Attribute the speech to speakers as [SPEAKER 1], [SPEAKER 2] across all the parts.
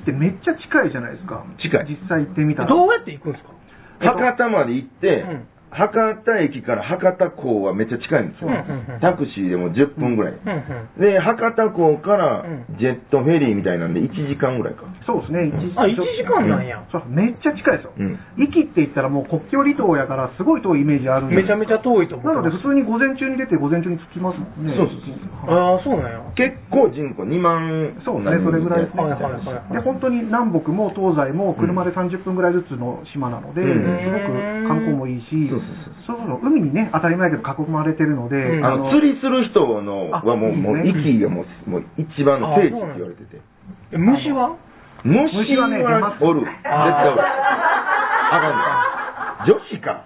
[SPEAKER 1] ってめっちゃ近いじゃないですか。
[SPEAKER 2] 近い
[SPEAKER 1] 実際行ってみたら。
[SPEAKER 3] どうやって行くんですか
[SPEAKER 2] 博多まで行って、
[SPEAKER 3] うん
[SPEAKER 2] 博多駅から博多港はめっちゃ近いんですよ、
[SPEAKER 3] うんうんうん
[SPEAKER 2] タクシーでも10分ぐらい、
[SPEAKER 3] うんうん
[SPEAKER 2] で博多港から
[SPEAKER 3] うん
[SPEAKER 2] ジェットフェリーみたいなんで1時間ぐらいか、
[SPEAKER 1] そうですね、一時
[SPEAKER 3] あ、1時間なんや。
[SPEAKER 1] そうめっちゃ近いですよ。
[SPEAKER 2] うん
[SPEAKER 1] 駅って言ったらもう国境離島やからすごい遠いイメージあるんで。
[SPEAKER 3] めちゃめちゃ遠いと思
[SPEAKER 1] なの
[SPEAKER 3] う
[SPEAKER 1] で。普通に午前中に出て午前中に着きますもんね。
[SPEAKER 2] そうそう
[SPEAKER 1] は
[SPEAKER 3] ああ、
[SPEAKER 1] い
[SPEAKER 3] そうなんや。はい
[SPEAKER 2] 結構人口2万
[SPEAKER 1] そうねそれぐらいですね
[SPEAKER 3] はいはい
[SPEAKER 1] で
[SPEAKER 3] はい。
[SPEAKER 1] 本当に南北も東西も車で30分ぐらいずつの島なので、
[SPEAKER 2] う
[SPEAKER 1] す
[SPEAKER 2] ん
[SPEAKER 1] ごく観光もいいし、
[SPEAKER 2] そう
[SPEAKER 1] そうそう海にね、当たり前だけど囲まれてるので、
[SPEAKER 3] うん
[SPEAKER 2] あの釣りする人の
[SPEAKER 1] あ
[SPEAKER 2] はもう
[SPEAKER 1] いいね
[SPEAKER 2] もう息がもうもう一番の聖地って言われてて
[SPEAKER 3] え虫は
[SPEAKER 2] 虫は
[SPEAKER 1] 虫はね
[SPEAKER 2] おる絶対おるあかんね女子か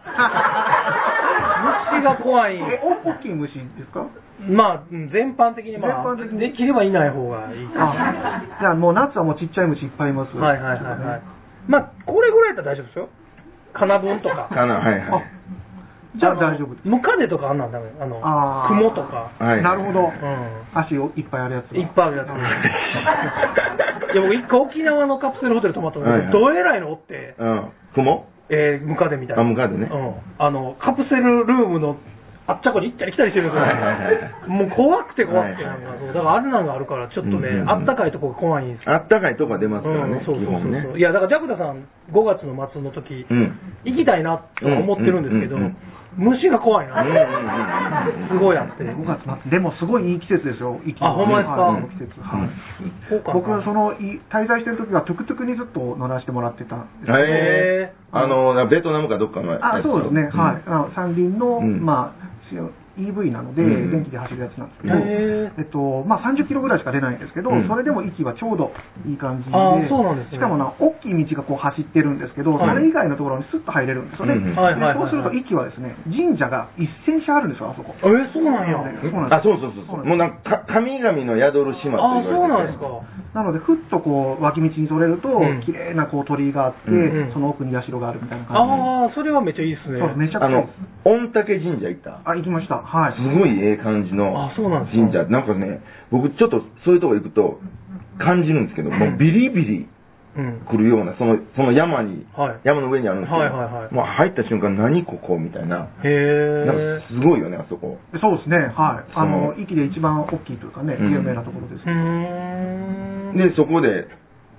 [SPEAKER 3] 虫が怖い。
[SPEAKER 1] え、お大きい虫ですか
[SPEAKER 3] まあ、うん全般的にまあ、
[SPEAKER 1] 全般的に
[SPEAKER 3] できればいない方がいいかもしれない。
[SPEAKER 1] あじゃあもう夏はもうちっちゃい虫いっぱいいます。
[SPEAKER 3] はいはいはいはい。まあ、これぐらいやったら大丈夫ですよ。金分とか。
[SPEAKER 2] かなはいはい
[SPEAKER 1] じゃあ大丈夫
[SPEAKER 3] あのムカデとかあんなんだめ。あの、
[SPEAKER 1] あー
[SPEAKER 3] 雲とか。
[SPEAKER 2] はい
[SPEAKER 1] なるほど。
[SPEAKER 3] うん。
[SPEAKER 1] 足をいっぱいあるやつ
[SPEAKER 3] いっぱいあるや つ。いや、僕一回沖縄のカプセルホテル泊まったんだけど、ど
[SPEAKER 2] は
[SPEAKER 3] えらいのおって、
[SPEAKER 2] うん雲
[SPEAKER 3] えー、ムカデみたいな。
[SPEAKER 2] あムカデ
[SPEAKER 3] う
[SPEAKER 2] ね
[SPEAKER 3] ん。あの、カプセルルームの、あっちゃこっち行ったり来たりしてるんですよ
[SPEAKER 2] はいはいはい
[SPEAKER 3] もう怖くて怖くて、
[SPEAKER 2] は
[SPEAKER 3] ないん
[SPEAKER 2] はい
[SPEAKER 3] かそう。だからあるなんがあるから、ちょっとね、
[SPEAKER 2] うんうんうん
[SPEAKER 3] あったかいとこが怖いんですよ。
[SPEAKER 2] あったかいとこは出ますからね、
[SPEAKER 3] うんそうそうそ
[SPEAKER 2] 基
[SPEAKER 3] う
[SPEAKER 2] 本ね
[SPEAKER 3] そう。いや、だからジャクダさん、5月の末の時、
[SPEAKER 2] うん
[SPEAKER 3] 行きたいなとは思ってるんですけど、
[SPEAKER 2] うんうん
[SPEAKER 3] 虫が怖いな、
[SPEAKER 2] うんうんうんうん
[SPEAKER 3] すごいあって、
[SPEAKER 1] 5月末。でもすごいいい季節ですよ。行き
[SPEAKER 3] あほんまですか
[SPEAKER 1] はいこの季節。はい
[SPEAKER 3] そうかな
[SPEAKER 1] 僕、その、い滞在してる時はトゥクトゥクにずっと乗らせてもらってたんです。
[SPEAKER 2] へ
[SPEAKER 3] へ
[SPEAKER 2] え
[SPEAKER 3] ー
[SPEAKER 2] あのベトナムかどっかのやつ
[SPEAKER 1] あ、そうですね。はい。あの三輪の、
[SPEAKER 2] うん
[SPEAKER 1] まあ、強い EV なので、
[SPEAKER 2] うん
[SPEAKER 1] 電気で走るやつなんですけど、
[SPEAKER 3] へ
[SPEAKER 1] えっと、まあ30キロぐらいしか出ないんですけど、
[SPEAKER 2] うん
[SPEAKER 1] それでも息はちょうどいい感じで、
[SPEAKER 3] あーそうなんですね
[SPEAKER 1] しかもな、大きい道がこう走ってるんですけど、
[SPEAKER 3] はい
[SPEAKER 1] それ以外のところにスッと入れるんですよね。
[SPEAKER 2] うんうん
[SPEAKER 3] はいはいはいはい
[SPEAKER 1] でそうすると息はですね、神社が1000社あるんですよ、あそこ。
[SPEAKER 3] えーそうなんや、
[SPEAKER 1] そうなんです
[SPEAKER 2] あそうそうそうそうもうなんか神々の宿る島
[SPEAKER 3] あ
[SPEAKER 2] って
[SPEAKER 3] そう
[SPEAKER 2] 言わ
[SPEAKER 3] なん
[SPEAKER 2] れ
[SPEAKER 3] で
[SPEAKER 2] て
[SPEAKER 3] す
[SPEAKER 2] て
[SPEAKER 3] か、
[SPEAKER 1] なので、ふっとこう、脇道にそれると、
[SPEAKER 3] うん
[SPEAKER 1] 綺麗なこう鳥居があって、
[SPEAKER 2] う
[SPEAKER 3] う
[SPEAKER 2] ん
[SPEAKER 3] ん
[SPEAKER 1] その奥に社があるみたいな感じで。
[SPEAKER 3] ああ、それはめっちゃいいですね、
[SPEAKER 1] そう、めちゃくち
[SPEAKER 2] あ
[SPEAKER 1] ゃいい
[SPEAKER 2] の
[SPEAKER 1] です。
[SPEAKER 2] 御嶽神社行った
[SPEAKER 1] あ、行きました。はい。
[SPEAKER 2] すごいええ感じの
[SPEAKER 3] あそうなんですか
[SPEAKER 2] 神社なんかね僕ちょっとそういうとこ行くと感じるんですけどもうビリビリ
[SPEAKER 3] うん、
[SPEAKER 2] 来るようなそのその山に、
[SPEAKER 3] はい
[SPEAKER 2] 山の上にあるんですけど、
[SPEAKER 3] はいはいはい
[SPEAKER 2] もう入った瞬間何ここみたいな
[SPEAKER 3] へ
[SPEAKER 2] なんか
[SPEAKER 3] え、
[SPEAKER 2] すごいよねあそこ
[SPEAKER 1] そうですね、はい。あの
[SPEAKER 2] う、
[SPEAKER 1] 駅で一番大きいというかね、
[SPEAKER 2] うん
[SPEAKER 1] 有名なところです
[SPEAKER 3] うー。ん、
[SPEAKER 2] でそこで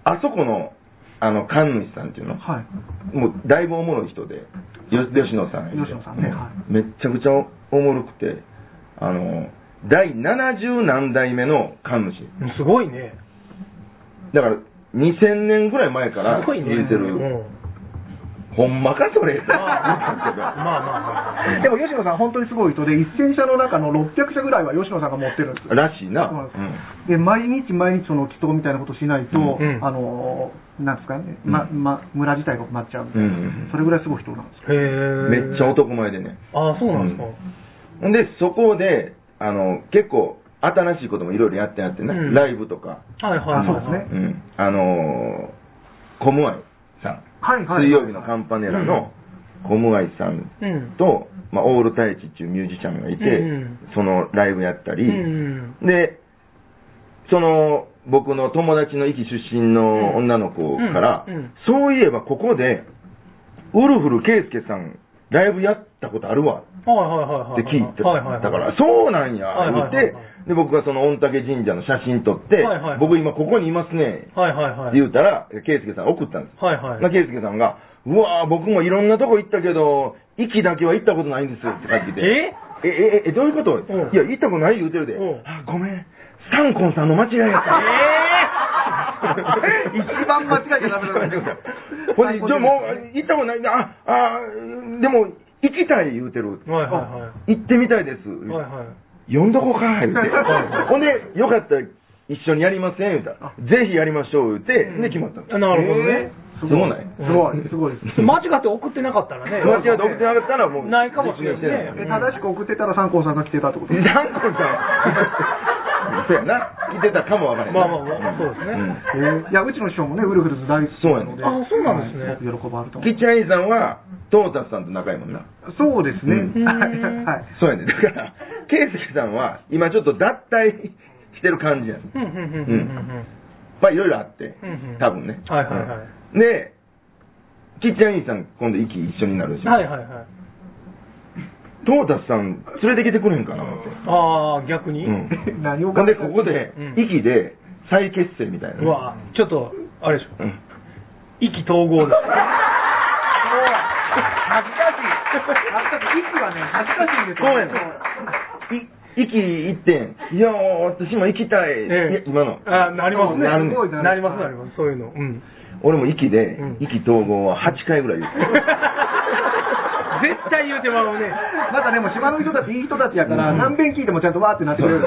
[SPEAKER 2] あそこのあの神主さんっていうの
[SPEAKER 1] はい。
[SPEAKER 2] もうだいぶおもろい人で、よ吉野さん
[SPEAKER 1] 吉野さんねは
[SPEAKER 2] めっちゃくちゃおもろくて、あの、第70何代目の神主。
[SPEAKER 3] すごいね、
[SPEAKER 2] だから、2000年ぐらい前から
[SPEAKER 3] すご
[SPEAKER 2] 続
[SPEAKER 3] い
[SPEAKER 2] い
[SPEAKER 3] ね、
[SPEAKER 2] て
[SPEAKER 3] う
[SPEAKER 2] る。
[SPEAKER 3] ん
[SPEAKER 2] ほんまか それ
[SPEAKER 3] ま あ
[SPEAKER 2] って思ったんです
[SPEAKER 3] まあまあまあ、
[SPEAKER 1] でも吉野さん、本当にすごい人で、1000社の中の600社ぐらいは吉野さんが持ってるんです
[SPEAKER 2] けどらしいな。
[SPEAKER 1] そうなんです
[SPEAKER 2] うん
[SPEAKER 1] で毎日毎日その祈祷みたいなことしないと、
[SPEAKER 3] ん
[SPEAKER 1] あのなんですかね、ま
[SPEAKER 2] うん
[SPEAKER 1] ま、村自体が困っちゃうみたいな、
[SPEAKER 2] うん
[SPEAKER 1] それぐらいすごい人なんですよ
[SPEAKER 3] へえ、
[SPEAKER 2] めっちゃ男前でね。
[SPEAKER 3] ああ、そうなんですか、
[SPEAKER 2] うんほんで、そこで、あの、結構、新しいこともいろいろやってやってね、
[SPEAKER 3] うん
[SPEAKER 2] ライブとか、
[SPEAKER 3] はいはいはい、
[SPEAKER 1] あそうですね
[SPEAKER 2] うんあのー、コムアイさん。
[SPEAKER 1] はいはい、
[SPEAKER 2] 水曜日のカンパネラのコムアイさん
[SPEAKER 3] うん、
[SPEAKER 2] と、まあ、オール太一っていうミュージシャンがいて、
[SPEAKER 3] うん
[SPEAKER 2] そのライブやったり、
[SPEAKER 3] うん、
[SPEAKER 2] で、その僕の友達の壱岐出身の女の子から、
[SPEAKER 3] うんうん
[SPEAKER 2] そういえばここで、ウルフル圭介さん、ライブやったことあるわっ
[SPEAKER 3] はいはいはいはい、
[SPEAKER 2] て聞いてた
[SPEAKER 3] はいはいはい、
[SPEAKER 2] から、そうなんや、
[SPEAKER 3] はいはいはいはい
[SPEAKER 2] 言って、で、僕がその御嶽神社の写真撮って、
[SPEAKER 3] はいはい
[SPEAKER 2] 僕今ここにいますね、
[SPEAKER 3] はいはいはい
[SPEAKER 2] って言うたら、圭介さん送ったんです。
[SPEAKER 3] はいはい
[SPEAKER 2] まあ、圭介さんが、うわー、僕もいろんなとこ行ったけど、息だけは行ったことないんですよって書いてきて。
[SPEAKER 3] え
[SPEAKER 2] ええ、え、え、どういうこと、
[SPEAKER 3] ん
[SPEAKER 2] いや、行ったことない言うてるで。
[SPEAKER 3] うん
[SPEAKER 2] あ、ごめん。サンコンさんの間違いやった。
[SPEAKER 1] えー一番間違えちゃダメだ
[SPEAKER 2] 一番間違えちゃダメほんで、じゃあもう、行ったことない。あ、あ、でも、行きたい言うてる。
[SPEAKER 3] はいはいはい
[SPEAKER 2] 行ってみたいです。
[SPEAKER 3] はいは
[SPEAKER 2] 呼んどこうか、 言うて。ほんで、よかったら一緒にやりません、言うたら。ぜひやりましょう、言うて、で、決まったんです
[SPEAKER 3] い。なるほどね。
[SPEAKER 2] すごない
[SPEAKER 1] すごいすごいです
[SPEAKER 3] 間違って送ってなかったら ね。
[SPEAKER 2] 間違えて送ってなかったらもう、
[SPEAKER 3] ないかもしれないね
[SPEAKER 2] 実現して
[SPEAKER 1] で正しく送ってたら三光さんが来てたって ことです、
[SPEAKER 2] ダンコンさ ん。そうやな。来てたかもわからない。
[SPEAKER 3] まあまあまあそうですね
[SPEAKER 1] えーいやうちの師匠もねウルフルズ大好きなので
[SPEAKER 3] あそうなんですね
[SPEAKER 1] はいごく喜ばれると思う
[SPEAKER 2] うんキッチンアイさんは、トータスさんと仲いいもんな。
[SPEAKER 1] そうですね、
[SPEAKER 2] うん
[SPEAKER 1] はい
[SPEAKER 2] そうやね。だから、ケイスケさんは、今ちょっと脱退してる感じやね
[SPEAKER 3] うんうんうんうんうん。
[SPEAKER 2] まあいろいろあって
[SPEAKER 3] うんうん、
[SPEAKER 2] 多分ね。
[SPEAKER 3] はいはいはい
[SPEAKER 2] うんで、キッチン兄さん今度息一緒になるし、
[SPEAKER 3] はいはいはい。
[SPEAKER 2] トータスさん連れてきてくれへんかな思って。
[SPEAKER 3] ああ、逆に、
[SPEAKER 2] うん。
[SPEAKER 1] 何を
[SPEAKER 2] ほんで、ここで
[SPEAKER 3] うん、
[SPEAKER 2] 息で再結成みたいなね。
[SPEAKER 3] うわちょっと、あれでしょ。
[SPEAKER 2] うん。
[SPEAKER 3] 意気投合です。
[SPEAKER 1] もう恥ずかしい。恥ずかしい。息はね、恥ずかしいんです
[SPEAKER 2] ごめん
[SPEAKER 1] そう
[SPEAKER 2] い息一点。いやー、私も行きたい。いや今の。
[SPEAKER 3] あなりますね。
[SPEAKER 2] なるね
[SPEAKER 3] なります、なります。そういうの。うん。
[SPEAKER 2] 俺も息で
[SPEAKER 3] うん、
[SPEAKER 2] 息統合は8回ぐらい言う。
[SPEAKER 3] 絶対言うてまうね。
[SPEAKER 1] またでも島の人たち、いい人たちやから、何遍聞いてもちゃんとわーってなってくれる。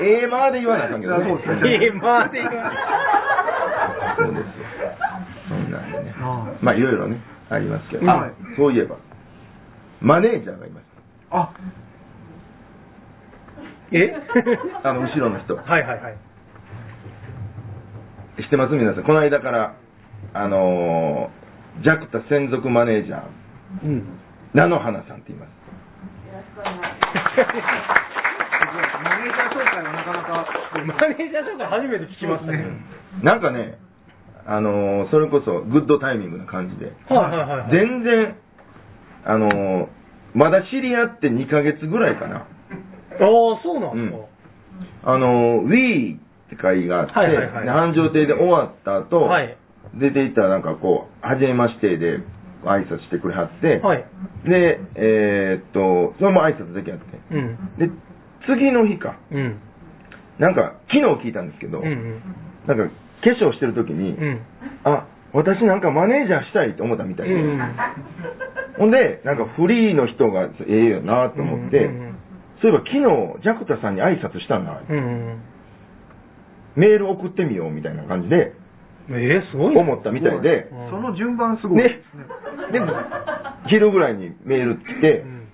[SPEAKER 2] ええまーで言わなあかんけ どね。
[SPEAKER 1] そうですね
[SPEAKER 3] ええ、まあで言わない
[SPEAKER 2] そうですよ。そんなんでね
[SPEAKER 1] あ。
[SPEAKER 2] まあ、いろいろね、ありますけど。
[SPEAKER 1] は
[SPEAKER 2] あ
[SPEAKER 1] い、
[SPEAKER 2] そういえば、マネージャーがいます。
[SPEAKER 1] あ、
[SPEAKER 3] え
[SPEAKER 2] あの、後ろの人。
[SPEAKER 3] はいはいはい。
[SPEAKER 2] 知ってます皆さん。この間から、あのー、ジャクタ専属マネージャー、
[SPEAKER 3] うん。
[SPEAKER 2] 菜の花さんって言います。
[SPEAKER 1] マネージャー紹介はなかなか。
[SPEAKER 3] マネージャーとか初めて聞きますね。
[SPEAKER 2] なんかね、あのーそれこそグッドタイミングな感じで、
[SPEAKER 3] はいはい はいはい。
[SPEAKER 2] 全然、あのーまだ知り合って2ヶ月ぐらいかな。
[SPEAKER 3] ああ、そうなんですか。
[SPEAKER 2] あのー、Wii って会があって、
[SPEAKER 3] はいはいはい
[SPEAKER 2] で繁盛亭で終わった後、
[SPEAKER 3] はい
[SPEAKER 2] 出ていったらなんかこう、はじめましてで挨拶してくれはって、
[SPEAKER 3] はい
[SPEAKER 2] で、えーっと、それも挨拶だけやって。
[SPEAKER 3] うん。
[SPEAKER 2] で、次の日か、
[SPEAKER 3] うん。
[SPEAKER 2] なんか昨日聞いたんですけど、
[SPEAKER 3] うんうん。
[SPEAKER 2] なんか化粧してる時に、
[SPEAKER 3] うん。
[SPEAKER 2] あ、私なんかマネージャーしたいと思ったみたいで、
[SPEAKER 3] うん
[SPEAKER 2] ほんで、なんかフリーの人がええよなと思って、
[SPEAKER 3] うんうん
[SPEAKER 2] そういえば昨日、ジャクタさんに挨拶したな、
[SPEAKER 3] うんうん。
[SPEAKER 2] メール送ってみようみたいな感じで
[SPEAKER 3] えー、すごいね
[SPEAKER 2] 思ったみたいで、
[SPEAKER 1] その順番すごいですね。
[SPEAKER 2] で、昼ぐらいにメール来て、
[SPEAKER 3] うん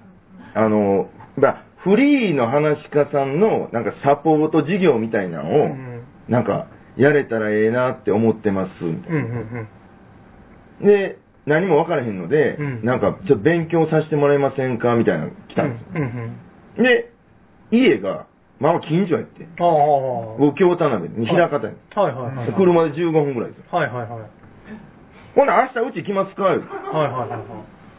[SPEAKER 2] あの、まあフリーの話し家さんのなんかサポート事業みたいなのを、
[SPEAKER 3] うん
[SPEAKER 2] なんかやれたらええなって思ってます、
[SPEAKER 3] うんうん
[SPEAKER 2] で、何も分からへんので、
[SPEAKER 3] うん
[SPEAKER 2] なんか、ちょっと勉強させてもらえませんかみたいなの来たんですよ。
[SPEAKER 3] うんうん
[SPEAKER 2] で、家が、まあ近所やって。
[SPEAKER 3] ああ
[SPEAKER 2] 僕、京田辺、平方や、
[SPEAKER 3] はいはいはい
[SPEAKER 2] 車で15分ぐらいですよ。
[SPEAKER 3] はいはいはい
[SPEAKER 2] ほんなら明日うち来ますか言うて
[SPEAKER 3] はいはいは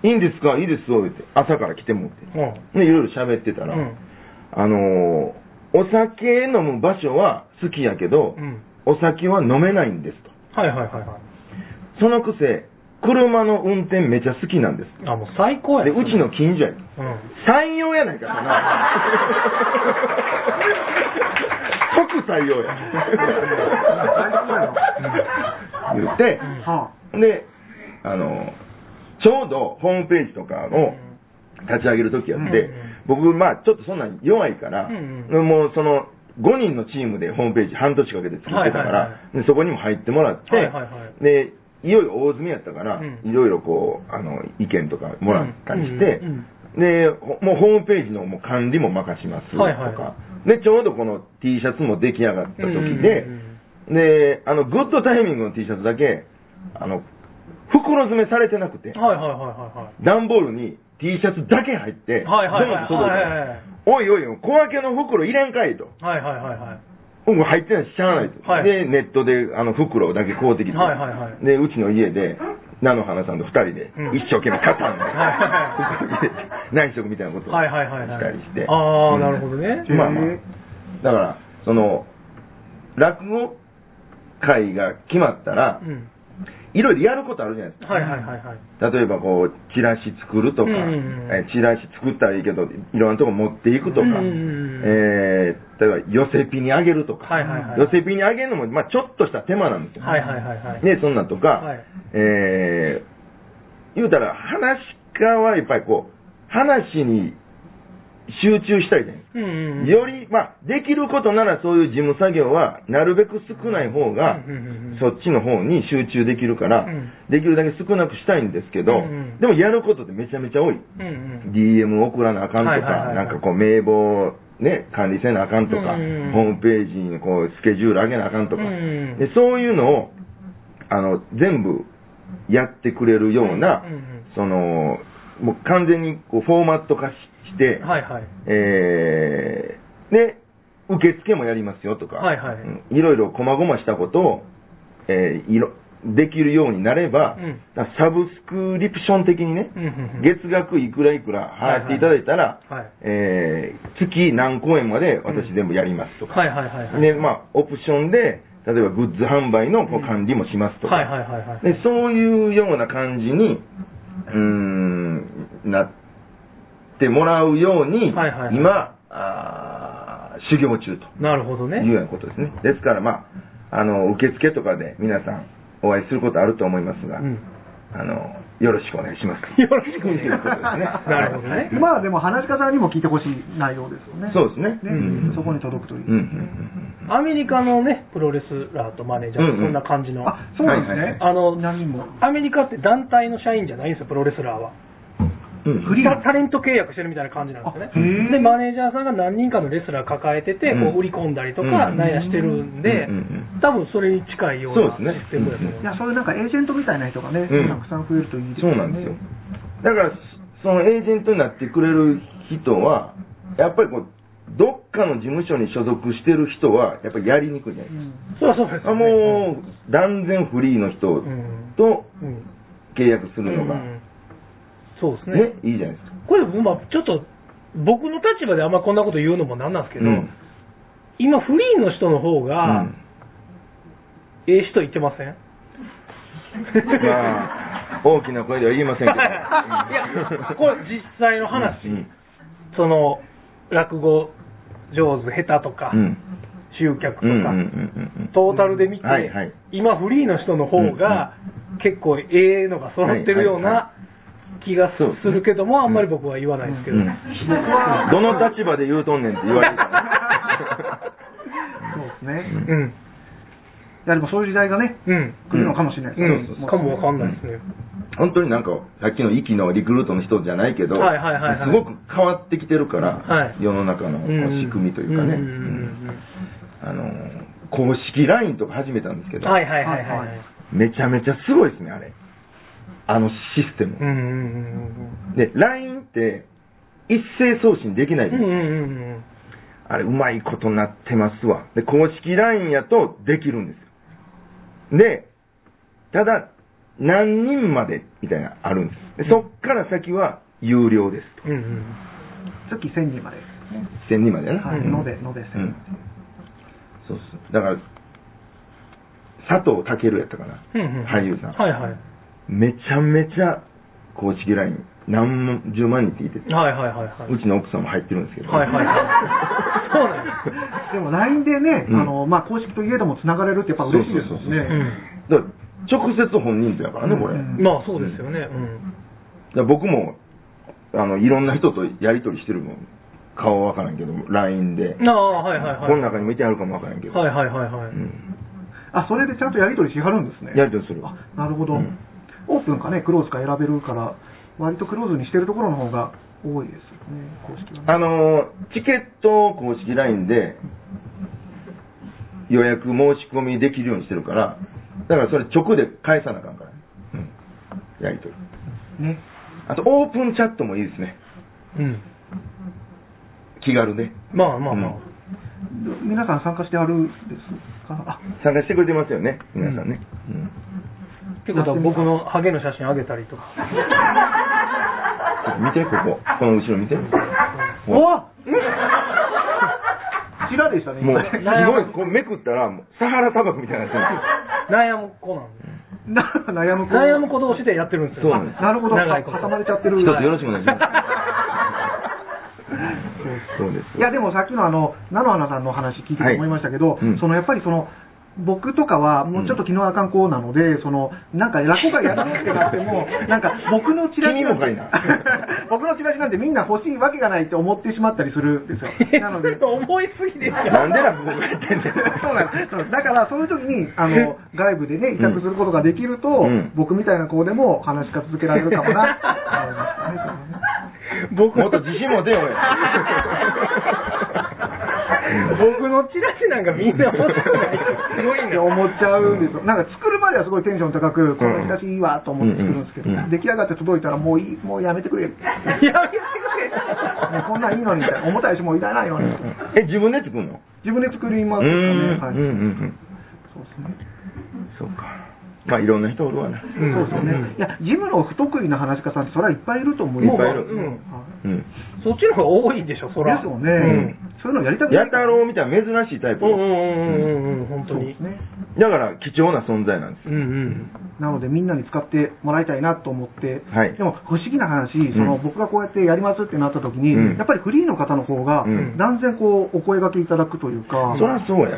[SPEAKER 3] い
[SPEAKER 2] いんですかいいですよ、言って。朝から来てもって。
[SPEAKER 3] はい
[SPEAKER 2] で、いろいろ喋ってたら、
[SPEAKER 3] うん
[SPEAKER 2] あのーお酒飲む場所は好きやけど、
[SPEAKER 3] うん
[SPEAKER 2] お酒は飲めないんですと。
[SPEAKER 3] はいはいはいはい
[SPEAKER 2] そのくせ、車の運転めちゃ好きなんです。
[SPEAKER 3] あもう最高や
[SPEAKER 2] で、うちの近所やと。
[SPEAKER 3] うん
[SPEAKER 2] 山陽やないか、そんな。 即採用や。言って、
[SPEAKER 1] は
[SPEAKER 2] で、あの、ちょうどホームページとかを立ち上げるときやって、僕、まあ、ちょっとそんなん弱いから、
[SPEAKER 3] うん
[SPEAKER 2] もうその、5人のチームでホームページ半年かけて作ってたから、
[SPEAKER 3] はいはい
[SPEAKER 2] でそこにも入ってもらって、
[SPEAKER 3] はいはいは
[SPEAKER 2] で、いよいよ大詰めやったから、
[SPEAKER 3] うん
[SPEAKER 2] いろいろこう、あの、意見とかもらったりして、
[SPEAKER 3] うん
[SPEAKER 2] で、ほもうホームページのもう管理も任しますとか、
[SPEAKER 3] はいはい
[SPEAKER 2] で、ちょうどこの T シャツも出来上がった時で、
[SPEAKER 3] うん
[SPEAKER 2] で、あの、グッドタイミングの T シャツだけ、あの、袋詰めされてなくて、
[SPEAKER 3] はいはいはいはいはい
[SPEAKER 2] 段ボールに T シャツだけ入って、
[SPEAKER 3] はいはいはい
[SPEAKER 2] 全部届いておいおい、小分けの袋いらんかいと。
[SPEAKER 3] はいはいはいはい
[SPEAKER 2] もう入ってないし、しゃあないと。
[SPEAKER 3] はい
[SPEAKER 2] で、ネットで、あの、袋だけ買うてきて、
[SPEAKER 3] はいはいはい
[SPEAKER 2] で、うちの家で、菜の花さんと二人で
[SPEAKER 3] うん、
[SPEAKER 2] 一生懸命買ったんで、
[SPEAKER 3] はい
[SPEAKER 2] 袋入れて 内職みたいなことを
[SPEAKER 3] はいはいはいはい
[SPEAKER 2] したりして。
[SPEAKER 3] あー
[SPEAKER 2] うん
[SPEAKER 3] なるほどね
[SPEAKER 2] まあまあ
[SPEAKER 1] へえ。
[SPEAKER 2] だから、その、落語会が決まったら
[SPEAKER 3] う、ん
[SPEAKER 2] いろいろやることあるじゃないですか。
[SPEAKER 3] はいはいはいはい
[SPEAKER 2] 例えばこう、チラシ作るとか、
[SPEAKER 3] うんうんうん
[SPEAKER 2] えーチラシ作ったらいいけど、いろんなとこ持っていくとか、
[SPEAKER 3] うんうんうん
[SPEAKER 2] えー例えば寄せピにあげるとか、
[SPEAKER 3] はいはいはい
[SPEAKER 2] 寄せピにあげるのも、まあちょっとした手間なんですよ。
[SPEAKER 3] はいはいはいはい
[SPEAKER 2] ね、そんなんとか、
[SPEAKER 3] はい
[SPEAKER 2] えー言うたら、話し家はやっぱりこう、話に集中したいじゃないです
[SPEAKER 3] う
[SPEAKER 2] か。
[SPEAKER 3] んうんうん
[SPEAKER 2] より、まあ、できることならそういう事務作業は、なるべく少ない方が
[SPEAKER 3] うんうんうんうん、
[SPEAKER 2] そっちの方に集中できるから
[SPEAKER 3] うん、
[SPEAKER 2] できるだけ少なくしたいんですけど
[SPEAKER 3] うんうん、
[SPEAKER 2] でもやることってめちゃめちゃ多
[SPEAKER 3] う
[SPEAKER 2] い。
[SPEAKER 3] んうん
[SPEAKER 2] DM 送らなあかんと
[SPEAKER 3] は
[SPEAKER 2] か
[SPEAKER 3] いはいはいは、い
[SPEAKER 2] なんかこう名簿ね、管理せなあかんとか、
[SPEAKER 3] うんうんうん
[SPEAKER 2] ホームページにこうスケジュール上げなあかんとか、
[SPEAKER 3] うんうん
[SPEAKER 2] でそういうのを、あの、全部やってくれるような
[SPEAKER 3] うんうんうん、
[SPEAKER 2] その、もう完全にこうフォーマット化しして、
[SPEAKER 3] はいはい
[SPEAKER 2] えーで、受付もやりますよとか、
[SPEAKER 3] はいはい
[SPEAKER 2] うんいろいろ細々したことを、えーいろできるようになれば、
[SPEAKER 3] うん
[SPEAKER 2] だからサブスクリプション的にね、
[SPEAKER 3] うんうんうん
[SPEAKER 2] 月額いくらいくら払っていただいたら、
[SPEAKER 3] はいはいはい
[SPEAKER 2] えー月何公演まで私全部やりますとか、
[SPEAKER 3] はいはいはいはい。
[SPEAKER 2] でまあ、オプションで、例えばグッズ販売のこう管理もしますとか、
[SPEAKER 3] はいはいはいはい。
[SPEAKER 2] でそういうような感じに、うーん、なってもらうように、
[SPEAKER 3] はいはいはい
[SPEAKER 2] 今あー修行中と
[SPEAKER 3] なるほどね。
[SPEAKER 2] いうようなことですね。ですから、まあ、あの、受付とかで皆さんお会いすることあると思いますが、
[SPEAKER 3] うん。
[SPEAKER 2] あの、よろしくお願いします。
[SPEAKER 3] よろしくお願いし
[SPEAKER 2] というこ
[SPEAKER 3] ま
[SPEAKER 2] とです
[SPEAKER 3] す。
[SPEAKER 2] ね
[SPEAKER 3] なるほどね。
[SPEAKER 1] 今はでも、話し家さんにも聞いてほしい内容ですよね。
[SPEAKER 2] そうですね。
[SPEAKER 1] ね
[SPEAKER 2] うん
[SPEAKER 1] そこに届くという
[SPEAKER 2] うんうんうん
[SPEAKER 3] アメリカのね、プロレスラーとマネージャーってこんな感じの。
[SPEAKER 1] あ、そうなんですね。
[SPEAKER 3] あの、
[SPEAKER 1] 何人も。
[SPEAKER 3] アメリカって団体の社員じゃないんですよ、プロレスラーは。
[SPEAKER 2] うん
[SPEAKER 1] フリー
[SPEAKER 3] タタレント契約してるみたいな感じなんですよ
[SPEAKER 1] あへ
[SPEAKER 3] ね
[SPEAKER 1] ー。
[SPEAKER 3] で、マネージャーさんが何人かのレスラー抱えてて、
[SPEAKER 2] うん
[SPEAKER 3] こう売り込んだりとか、
[SPEAKER 2] うん
[SPEAKER 3] なんやしてるんで
[SPEAKER 2] うんうんう、
[SPEAKER 3] 多分それに近いような
[SPEAKER 2] そうですね
[SPEAKER 3] システムだと思い
[SPEAKER 1] い
[SPEAKER 3] ま
[SPEAKER 1] や、そういうなんかエージェントみたいな人がね、
[SPEAKER 2] うん
[SPEAKER 1] たくさん増えるといいです
[SPEAKER 2] そ
[SPEAKER 1] ね。
[SPEAKER 2] うなんですよ。だから、そのエージェントになってくれる人は、やっぱりこう、どっかの事務所に所属してる人は、やっぱりやりにくいじゃな
[SPEAKER 1] う
[SPEAKER 2] いです
[SPEAKER 1] ん
[SPEAKER 3] す。そうそうです
[SPEAKER 2] か。あ
[SPEAKER 3] よね。
[SPEAKER 2] もう、断然フリーの人
[SPEAKER 3] うん
[SPEAKER 2] と
[SPEAKER 3] うん、うん。
[SPEAKER 2] 契約するのが、
[SPEAKER 3] うんそうですね
[SPEAKER 2] ね、いいじゃないですか。
[SPEAKER 3] これ、まあ、ちょっと、僕の立場であんまこんなこと言うのもなんなんですけど、
[SPEAKER 2] うん
[SPEAKER 3] 今、フリーの人の方が、
[SPEAKER 2] うん
[SPEAKER 3] ええ人いってません
[SPEAKER 2] まあ、大きな声では言えませんけど。
[SPEAKER 3] いや、これ実際の話、
[SPEAKER 2] うん
[SPEAKER 3] その、落語上手、下手とか、
[SPEAKER 2] うん
[SPEAKER 3] 集客とか、
[SPEAKER 2] うんうんうんうん
[SPEAKER 3] トータルで見て、
[SPEAKER 2] はいはい
[SPEAKER 3] 今フリーの人の方が、結構ええのが揃ってるような気がす
[SPEAKER 2] そうですね
[SPEAKER 3] るけども、あんまり僕は言わないですけど、
[SPEAKER 2] うんどの立場で言うとんねんって言われるから。
[SPEAKER 1] そうですね。い
[SPEAKER 3] うん、
[SPEAKER 1] や、でもそういう時代がね、
[SPEAKER 3] うん、
[SPEAKER 1] 来るのかもしれないですね
[SPEAKER 3] うん、かもわかんないですね。
[SPEAKER 2] 本当になんか、さっきの息のリクルートの人じゃないけど、
[SPEAKER 3] はいはいはいはい
[SPEAKER 2] すごく変わってきてるから、
[SPEAKER 3] はい
[SPEAKER 2] 世の中のこう仕組みというかね、
[SPEAKER 3] んん
[SPEAKER 2] うんあの公式 LINE とか始めたんですけ
[SPEAKER 3] うんうん
[SPEAKER 2] ど、
[SPEAKER 3] はいはいはいは
[SPEAKER 1] はい
[SPEAKER 3] い
[SPEAKER 1] は。
[SPEAKER 2] めちゃめちゃすごいですね、あれ。あのシステム。
[SPEAKER 3] うんうんうん
[SPEAKER 2] で、LINE って一斉送信できない
[SPEAKER 3] うんうん。うんうんうん
[SPEAKER 2] あれ、うまいことなってますわ。で、公式 LINE やとできるんですよ。で、ただ、何人までみたいな、あるんです。でそっから先は有料ですと。
[SPEAKER 3] うんうん。
[SPEAKER 1] さっき1000人ま で。
[SPEAKER 2] 1000人までやな。
[SPEAKER 1] はい
[SPEAKER 2] うん
[SPEAKER 1] のでので1000
[SPEAKER 2] うんそうそう。だから、佐藤健やったかな。
[SPEAKER 3] うんうん
[SPEAKER 2] 俳優さん
[SPEAKER 3] はいはい。
[SPEAKER 2] めちゃめちゃ公式 LINE、何万、十万人って言ってて、
[SPEAKER 3] はいはいはいはい。
[SPEAKER 2] うちの奥さんも入ってるんですけど。
[SPEAKER 3] はいはいはい。そうなんで
[SPEAKER 1] でも LINE でね、
[SPEAKER 2] うん
[SPEAKER 1] あの、まあ、公式といえども繋がれるってやっぱ嬉しいですもんね。
[SPEAKER 2] そうそうそうだから直接本人とやからね、これ。
[SPEAKER 1] うん
[SPEAKER 3] す。まあそうですよね。うん。
[SPEAKER 2] だから僕もあのいろんな人とやり取りしてるもん顔は分からんけど LINE で、
[SPEAKER 3] ああ、はいはいはい。
[SPEAKER 2] この中にもいてあるかも分からんけど、
[SPEAKER 3] はいはいはいは
[SPEAKER 2] う
[SPEAKER 3] い。
[SPEAKER 2] ん
[SPEAKER 1] あ、それでちゃんとやり取りしはるんですね。
[SPEAKER 2] やり取りする
[SPEAKER 1] あ、なるほど、
[SPEAKER 2] うん
[SPEAKER 1] オープンかね、クローズか選べるから、割とクローズにしてるところの方が多いですよね、公式はね。
[SPEAKER 2] あのーチケットを公式 LINE で予約申し込みできるようにしてるからだからそれ直で返さなあかんからね、うん、やり取り
[SPEAKER 1] ね。
[SPEAKER 2] あとオープンチャットもいいですね
[SPEAKER 3] うん。
[SPEAKER 2] 気軽で
[SPEAKER 3] まあまあまあ。
[SPEAKER 2] うん
[SPEAKER 1] 皆さん参加してあるんですかあ、
[SPEAKER 2] 参加してくれてますよね皆さんね、うん
[SPEAKER 3] ってことは僕のハゲの写真あげたりとか。
[SPEAKER 2] ちょっと見てこここの後ろ見て
[SPEAKER 3] お
[SPEAKER 2] ほ
[SPEAKER 3] わ
[SPEAKER 2] ら
[SPEAKER 1] こちらでしたね、
[SPEAKER 2] もう
[SPEAKER 1] 今
[SPEAKER 2] すごいこうめくったらもうサハラ砂漠みたいになってる
[SPEAKER 3] 悩む子なんで。
[SPEAKER 1] な悩む子。
[SPEAKER 3] 悩む子同士でやってるんですよ。
[SPEAKER 2] そうなんです
[SPEAKER 1] なるほど、
[SPEAKER 3] 長いこと
[SPEAKER 1] 固まれちゃってる。
[SPEAKER 2] 一つよろしくお願いします。そうです。
[SPEAKER 1] いや、でもさっきのあの、菜の花さんの話聞いてて思いましたけど、
[SPEAKER 2] はいうん
[SPEAKER 1] そのやっぱりその、僕とかはもうちょっと気のあかんコーナーなので、その、なんか落語会やらなくてなって も、なんか僕のチラシなんて
[SPEAKER 2] 君もかいな
[SPEAKER 1] 僕のチラシなんてみんな欲しいわけがないって思ってしまったりするんですよ。なので。
[SPEAKER 3] 思いすぎでしょ。
[SPEAKER 2] なんで落語家やってんねん
[SPEAKER 1] そうなんですそう。だから、そういう時 に、あの、外部でね、委託することができると、
[SPEAKER 2] うん
[SPEAKER 1] 僕みたいな子でも話しか続けられるかもな、って思いましたね
[SPEAKER 3] 僕
[SPEAKER 2] もっと自信持てよ、おい
[SPEAKER 3] 僕のチラシなんかみんな持ってないすごい
[SPEAKER 1] って
[SPEAKER 3] な。
[SPEAKER 1] 思っちゃうんですよ。なんか作るまではすごいテンション高く、この日差しいいわと思って作るんですけど
[SPEAKER 2] うんうん、
[SPEAKER 1] 出来上がって届いたらもういい、もうやめてくれ。ね
[SPEAKER 3] やめてくれ。
[SPEAKER 1] こんなんいいのにみたいな、重たいしもういらないのに。
[SPEAKER 2] え、自分で作るの
[SPEAKER 1] 自自分で作ります
[SPEAKER 2] う
[SPEAKER 1] ね。
[SPEAKER 2] ん
[SPEAKER 1] は
[SPEAKER 2] う
[SPEAKER 1] い
[SPEAKER 2] ん。うん
[SPEAKER 1] そうですね。
[SPEAKER 2] うん。そうか。まあ、いろんな人おるわ
[SPEAKER 3] うん
[SPEAKER 2] な。
[SPEAKER 1] そうですね。いや、ジムの不得意な話し家さんってそれはいっぱいいると思います。
[SPEAKER 2] いっぱいいる
[SPEAKER 1] うん
[SPEAKER 2] うん。
[SPEAKER 3] そっちの方が多いんでしょ、そら。
[SPEAKER 1] ですよね、そういうのやりたく
[SPEAKER 2] や
[SPEAKER 1] ない。
[SPEAKER 2] たろうみたいな珍しいタイプ。
[SPEAKER 3] うん。うんうんうんうんうん、本当
[SPEAKER 1] そう
[SPEAKER 3] に
[SPEAKER 1] です。ね。
[SPEAKER 2] だから貴重な存在なんです。
[SPEAKER 3] うんうん。
[SPEAKER 1] なのでみんなに使ってもらいたいなと思って、
[SPEAKER 2] はい
[SPEAKER 1] でも不思議な話、その
[SPEAKER 2] うん
[SPEAKER 1] 僕がこうやってやりますってなった時に、
[SPEAKER 2] うん
[SPEAKER 1] やっぱりフリーの方の方が
[SPEAKER 2] うん
[SPEAKER 1] 断然こうお声掛けいただくというか、
[SPEAKER 2] そりゃそうや。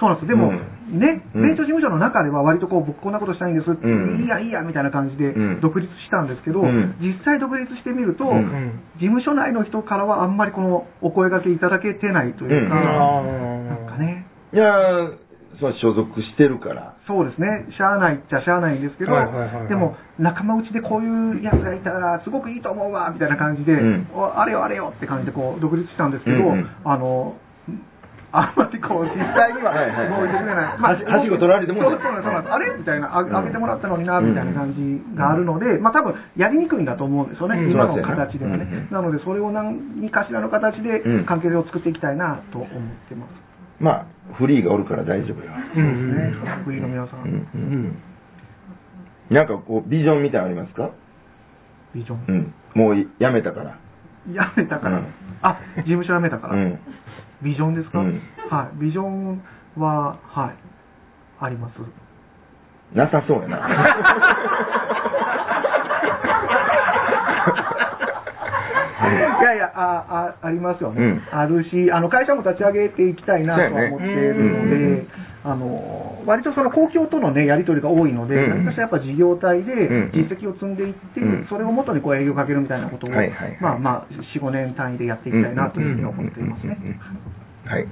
[SPEAKER 1] そうなんです。でも、
[SPEAKER 2] うん
[SPEAKER 1] ね、
[SPEAKER 2] う
[SPEAKER 1] 米
[SPEAKER 2] ん
[SPEAKER 1] 朝事務所の中では割とこう、僕こんなことしたいんですって、
[SPEAKER 2] うん
[SPEAKER 1] いいやいいやみたいな感じで
[SPEAKER 2] うん
[SPEAKER 1] 独立したんですけど、
[SPEAKER 2] うん
[SPEAKER 1] 実際独立してみると、
[SPEAKER 2] うん
[SPEAKER 3] うん。
[SPEAKER 1] 事務所内の人からはあんまりこのお声掛けいただけてないという
[SPEAKER 2] あ
[SPEAKER 1] か、
[SPEAKER 3] ー
[SPEAKER 1] なんかね、
[SPEAKER 2] いやー、そう所属してるから。
[SPEAKER 1] そうですね、しゃあないっちゃしゃあないんですけど、
[SPEAKER 3] はいはいはいはい
[SPEAKER 1] でも、仲間内でこういうやつがいたら、すごくいいと思うわみたいな感じで、
[SPEAKER 2] うん
[SPEAKER 1] おあれよあれよって感じでこう独立したんですけど、
[SPEAKER 2] うんうん
[SPEAKER 1] あの、あんまりこう、実際には
[SPEAKER 2] はいはいはい
[SPEAKER 1] 動いてくれない。
[SPEAKER 2] はしはしご取られても
[SPEAKER 1] そう
[SPEAKER 2] ね
[SPEAKER 1] そうなんですそうなんです
[SPEAKER 2] は
[SPEAKER 1] あれみたいな、あ
[SPEAKER 2] うん
[SPEAKER 1] あげてもらったのにな、みたいな感じがあるので、まあ多分、やりにくいんだと思うんですよね、
[SPEAKER 3] うん
[SPEAKER 1] 今の
[SPEAKER 2] そうですよね
[SPEAKER 1] 形ではね。
[SPEAKER 2] うんうん
[SPEAKER 1] なので、それを何かしらの形で
[SPEAKER 2] うん
[SPEAKER 1] 関係性を作っていきたいなと思ってます。
[SPEAKER 2] まあ、フリーがおるから大丈夫よ。
[SPEAKER 3] うん
[SPEAKER 1] ね
[SPEAKER 3] うん。、
[SPEAKER 1] フリーの皆さ、
[SPEAKER 2] う
[SPEAKER 3] う
[SPEAKER 2] ん
[SPEAKER 3] んん。
[SPEAKER 2] うん。なんかこう、ビジョンみたいなのありますか
[SPEAKER 1] ビジョン
[SPEAKER 2] う。ん。もういやめたから。
[SPEAKER 1] やめたから、
[SPEAKER 2] うん
[SPEAKER 1] あ事務所やめたから、
[SPEAKER 2] うん。
[SPEAKER 1] ビジョンですか、
[SPEAKER 2] うん
[SPEAKER 1] はいビジョンははいあります
[SPEAKER 2] なさそう やな。
[SPEAKER 1] いやいやああありますよね、
[SPEAKER 2] うん
[SPEAKER 1] あるしあの会社も立ち上げていきたいなとは思っているので、
[SPEAKER 2] そう
[SPEAKER 1] あ
[SPEAKER 2] やね
[SPEAKER 1] の割とその公共との、ね、やり取りが多いので、
[SPEAKER 2] う
[SPEAKER 1] 何
[SPEAKER 2] ん
[SPEAKER 1] かしらやっぱ事業体で
[SPEAKER 2] うん
[SPEAKER 1] 実績を積んでいって、
[SPEAKER 2] うん
[SPEAKER 1] それを元にこう営業かけるみたいなことを、
[SPEAKER 2] はいはいはい
[SPEAKER 1] まあまあ45年単位でやっていきたいなというふうに思っていますね、
[SPEAKER 2] うんうんうんはい。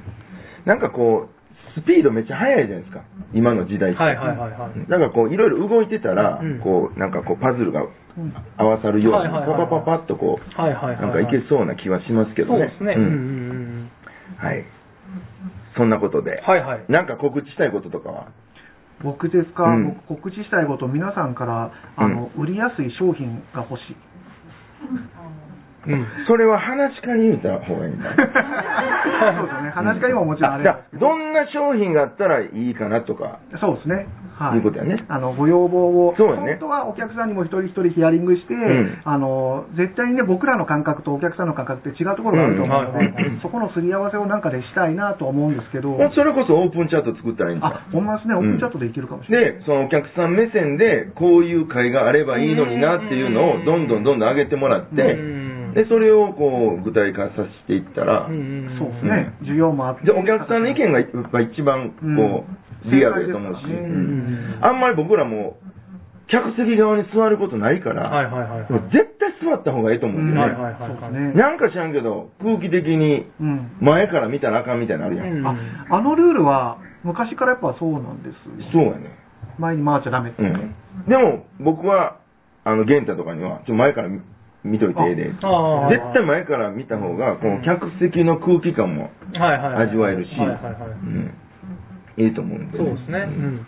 [SPEAKER 2] なんかこう、スピードめっちゃ速いじゃないですか。今の時代って。
[SPEAKER 3] はいはいはいはい。
[SPEAKER 2] なんかこう、いろいろ動いてたら、
[SPEAKER 3] うん
[SPEAKER 2] こう、なんかこう、パズル
[SPEAKER 1] う
[SPEAKER 2] が
[SPEAKER 1] ん
[SPEAKER 2] 合わさるように、
[SPEAKER 3] はいはいはい
[SPEAKER 2] パ
[SPEAKER 3] はい
[SPEAKER 2] パパパッとこう、
[SPEAKER 3] はいはいはいはい
[SPEAKER 2] なんかいけそうな気はしますけど
[SPEAKER 3] そう
[SPEAKER 2] ね
[SPEAKER 3] で。すね。
[SPEAKER 2] う
[SPEAKER 3] うんんうん
[SPEAKER 2] はい。そんなことで、
[SPEAKER 3] うん。はいはい。
[SPEAKER 2] なんか告知したいこととかは
[SPEAKER 1] 僕ですか、
[SPEAKER 2] うん
[SPEAKER 1] 僕告知したいこと皆さんからあの、売りやすい商品が欲 しい
[SPEAKER 3] うん。
[SPEAKER 2] それは話し家に言うた方がいいんだ。
[SPEAKER 1] そうですよね 話し家にももちろんあれ
[SPEAKER 2] だ
[SPEAKER 1] なんですけど
[SPEAKER 2] どんな商品があったらいいかなとか、
[SPEAKER 1] そうですね。はい。
[SPEAKER 2] いうことやね
[SPEAKER 1] あの、ご要望を、
[SPEAKER 2] そうやね
[SPEAKER 1] 本当はお客さんにも一人一人ヒアリングして、
[SPEAKER 2] ん
[SPEAKER 1] あの、絶対にね、僕らの感覚とお客さんの感覚って違うところがあると思うので、
[SPEAKER 3] うんはいはいはい
[SPEAKER 1] そこのすり合わせをなんかでしたいなと思うんですけど、
[SPEAKER 2] それこそオープンチャット作ったらいいんだ
[SPEAKER 1] あ、。ほんまですね、オープンチャットでいけるかもしれない。
[SPEAKER 2] で、そのお客さん目線で、こういう会があればいいのになっていうのを、どんどんどんどん上げてもらって、
[SPEAKER 3] うん
[SPEAKER 2] で、それをこう、具体化させていったら、
[SPEAKER 3] うんん
[SPEAKER 1] そうですね、需要もあって。
[SPEAKER 2] で、お客さんの意見が一番、こ
[SPEAKER 1] うん
[SPEAKER 2] う、リアルだと思うし、
[SPEAKER 1] 正解ですね
[SPEAKER 2] うんあんまり僕らも、客席側に座ることないか
[SPEAKER 3] はい
[SPEAKER 2] ら、
[SPEAKER 3] はいはいはい。
[SPEAKER 2] もう絶対座った方がいいと思うんだ
[SPEAKER 3] はい
[SPEAKER 2] よね。
[SPEAKER 3] はいはい
[SPEAKER 1] そ
[SPEAKER 3] は
[SPEAKER 1] う
[SPEAKER 3] い。
[SPEAKER 1] ですね。
[SPEAKER 2] なんか知らんけど、空気的に、
[SPEAKER 1] うん。
[SPEAKER 2] 前から見たらあかんみたいなのあるやん。
[SPEAKER 3] うん
[SPEAKER 1] ああのルールは昔からやっぱそうなんですよ
[SPEAKER 2] そうやね。
[SPEAKER 1] 前に回っちゃダメって
[SPEAKER 2] う
[SPEAKER 1] ね、
[SPEAKER 2] ん。でも、僕は、あの、玄太とかには、ちょっと前から見見といてええで。絶
[SPEAKER 3] ああ
[SPEAKER 2] 対前から見た方が、この客席の空気感も
[SPEAKER 3] はいはいはい。
[SPEAKER 2] 味わえるし、
[SPEAKER 3] はいはいはい。
[SPEAKER 2] うん。いいと思うんで。
[SPEAKER 3] そうですね。うん。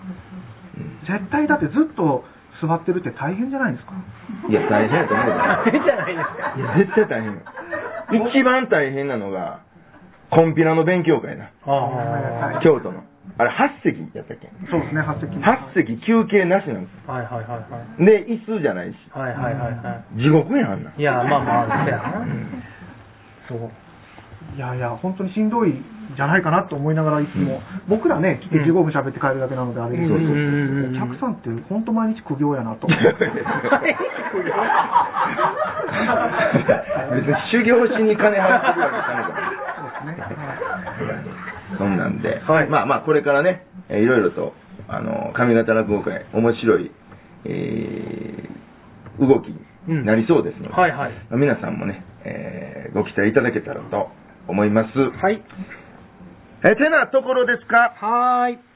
[SPEAKER 1] 絶対だってずっと座ってるって大変じゃないですか
[SPEAKER 2] いや、大変やと 思う
[SPEAKER 3] あ
[SPEAKER 2] よ
[SPEAKER 3] れじゃないですか。
[SPEAKER 2] いや、絶対大変よ。一番大変なのが、コンピラの勉強会だ。
[SPEAKER 3] ああ。
[SPEAKER 2] 京都の。あれ、8席やったっけ
[SPEAKER 1] そうですね8席
[SPEAKER 2] ?8 席休憩なしなんで
[SPEAKER 3] はいはいはいはい。
[SPEAKER 2] す。で、椅子じゃないし。
[SPEAKER 3] はいはいはいは
[SPEAKER 2] 地獄やん、あ んなん
[SPEAKER 3] い。いや、まあまあ、そうやな。そう。
[SPEAKER 1] いやいや本当にしんどいじゃないかなと思いながらいつも、僕らね来て15分喋って帰るだけなのであれですけど、
[SPEAKER 3] うんうんうんうん
[SPEAKER 1] お客さんって本当毎日苦行やなと
[SPEAKER 2] 別に修行しに金払ってるわけじゃないから。 そんなんで、
[SPEAKER 3] はい
[SPEAKER 2] まあまあこれからね、えーいろいろと、あのー、上方落語会、面白い、えー動きになりそうですので、
[SPEAKER 3] うんはいはい
[SPEAKER 2] まあ皆さんもね、えーご期待いただけたらと思います。
[SPEAKER 3] はい。
[SPEAKER 2] えーてなところですか
[SPEAKER 3] はーい。